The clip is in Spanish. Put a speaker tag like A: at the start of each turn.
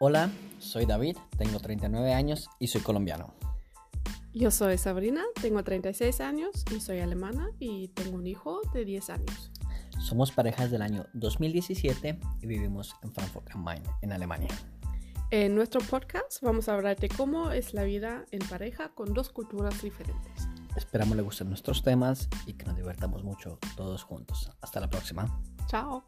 A: Hola, soy David, tengo 39 años y soy colombiano.
B: Yo soy Sabrina, tengo 36 años y soy alemana y tengo un hijo de 10 años.
A: Somos parejas del año 2017 y vivimos en Frankfurt am Main, en Alemania.
B: En nuestro podcast vamos a hablar de cómo es la vida en pareja con dos culturas diferentes.
A: Esperamos les gusten nuestros temas y que nos divertamos mucho todos juntos. Hasta la próxima.
B: Chao.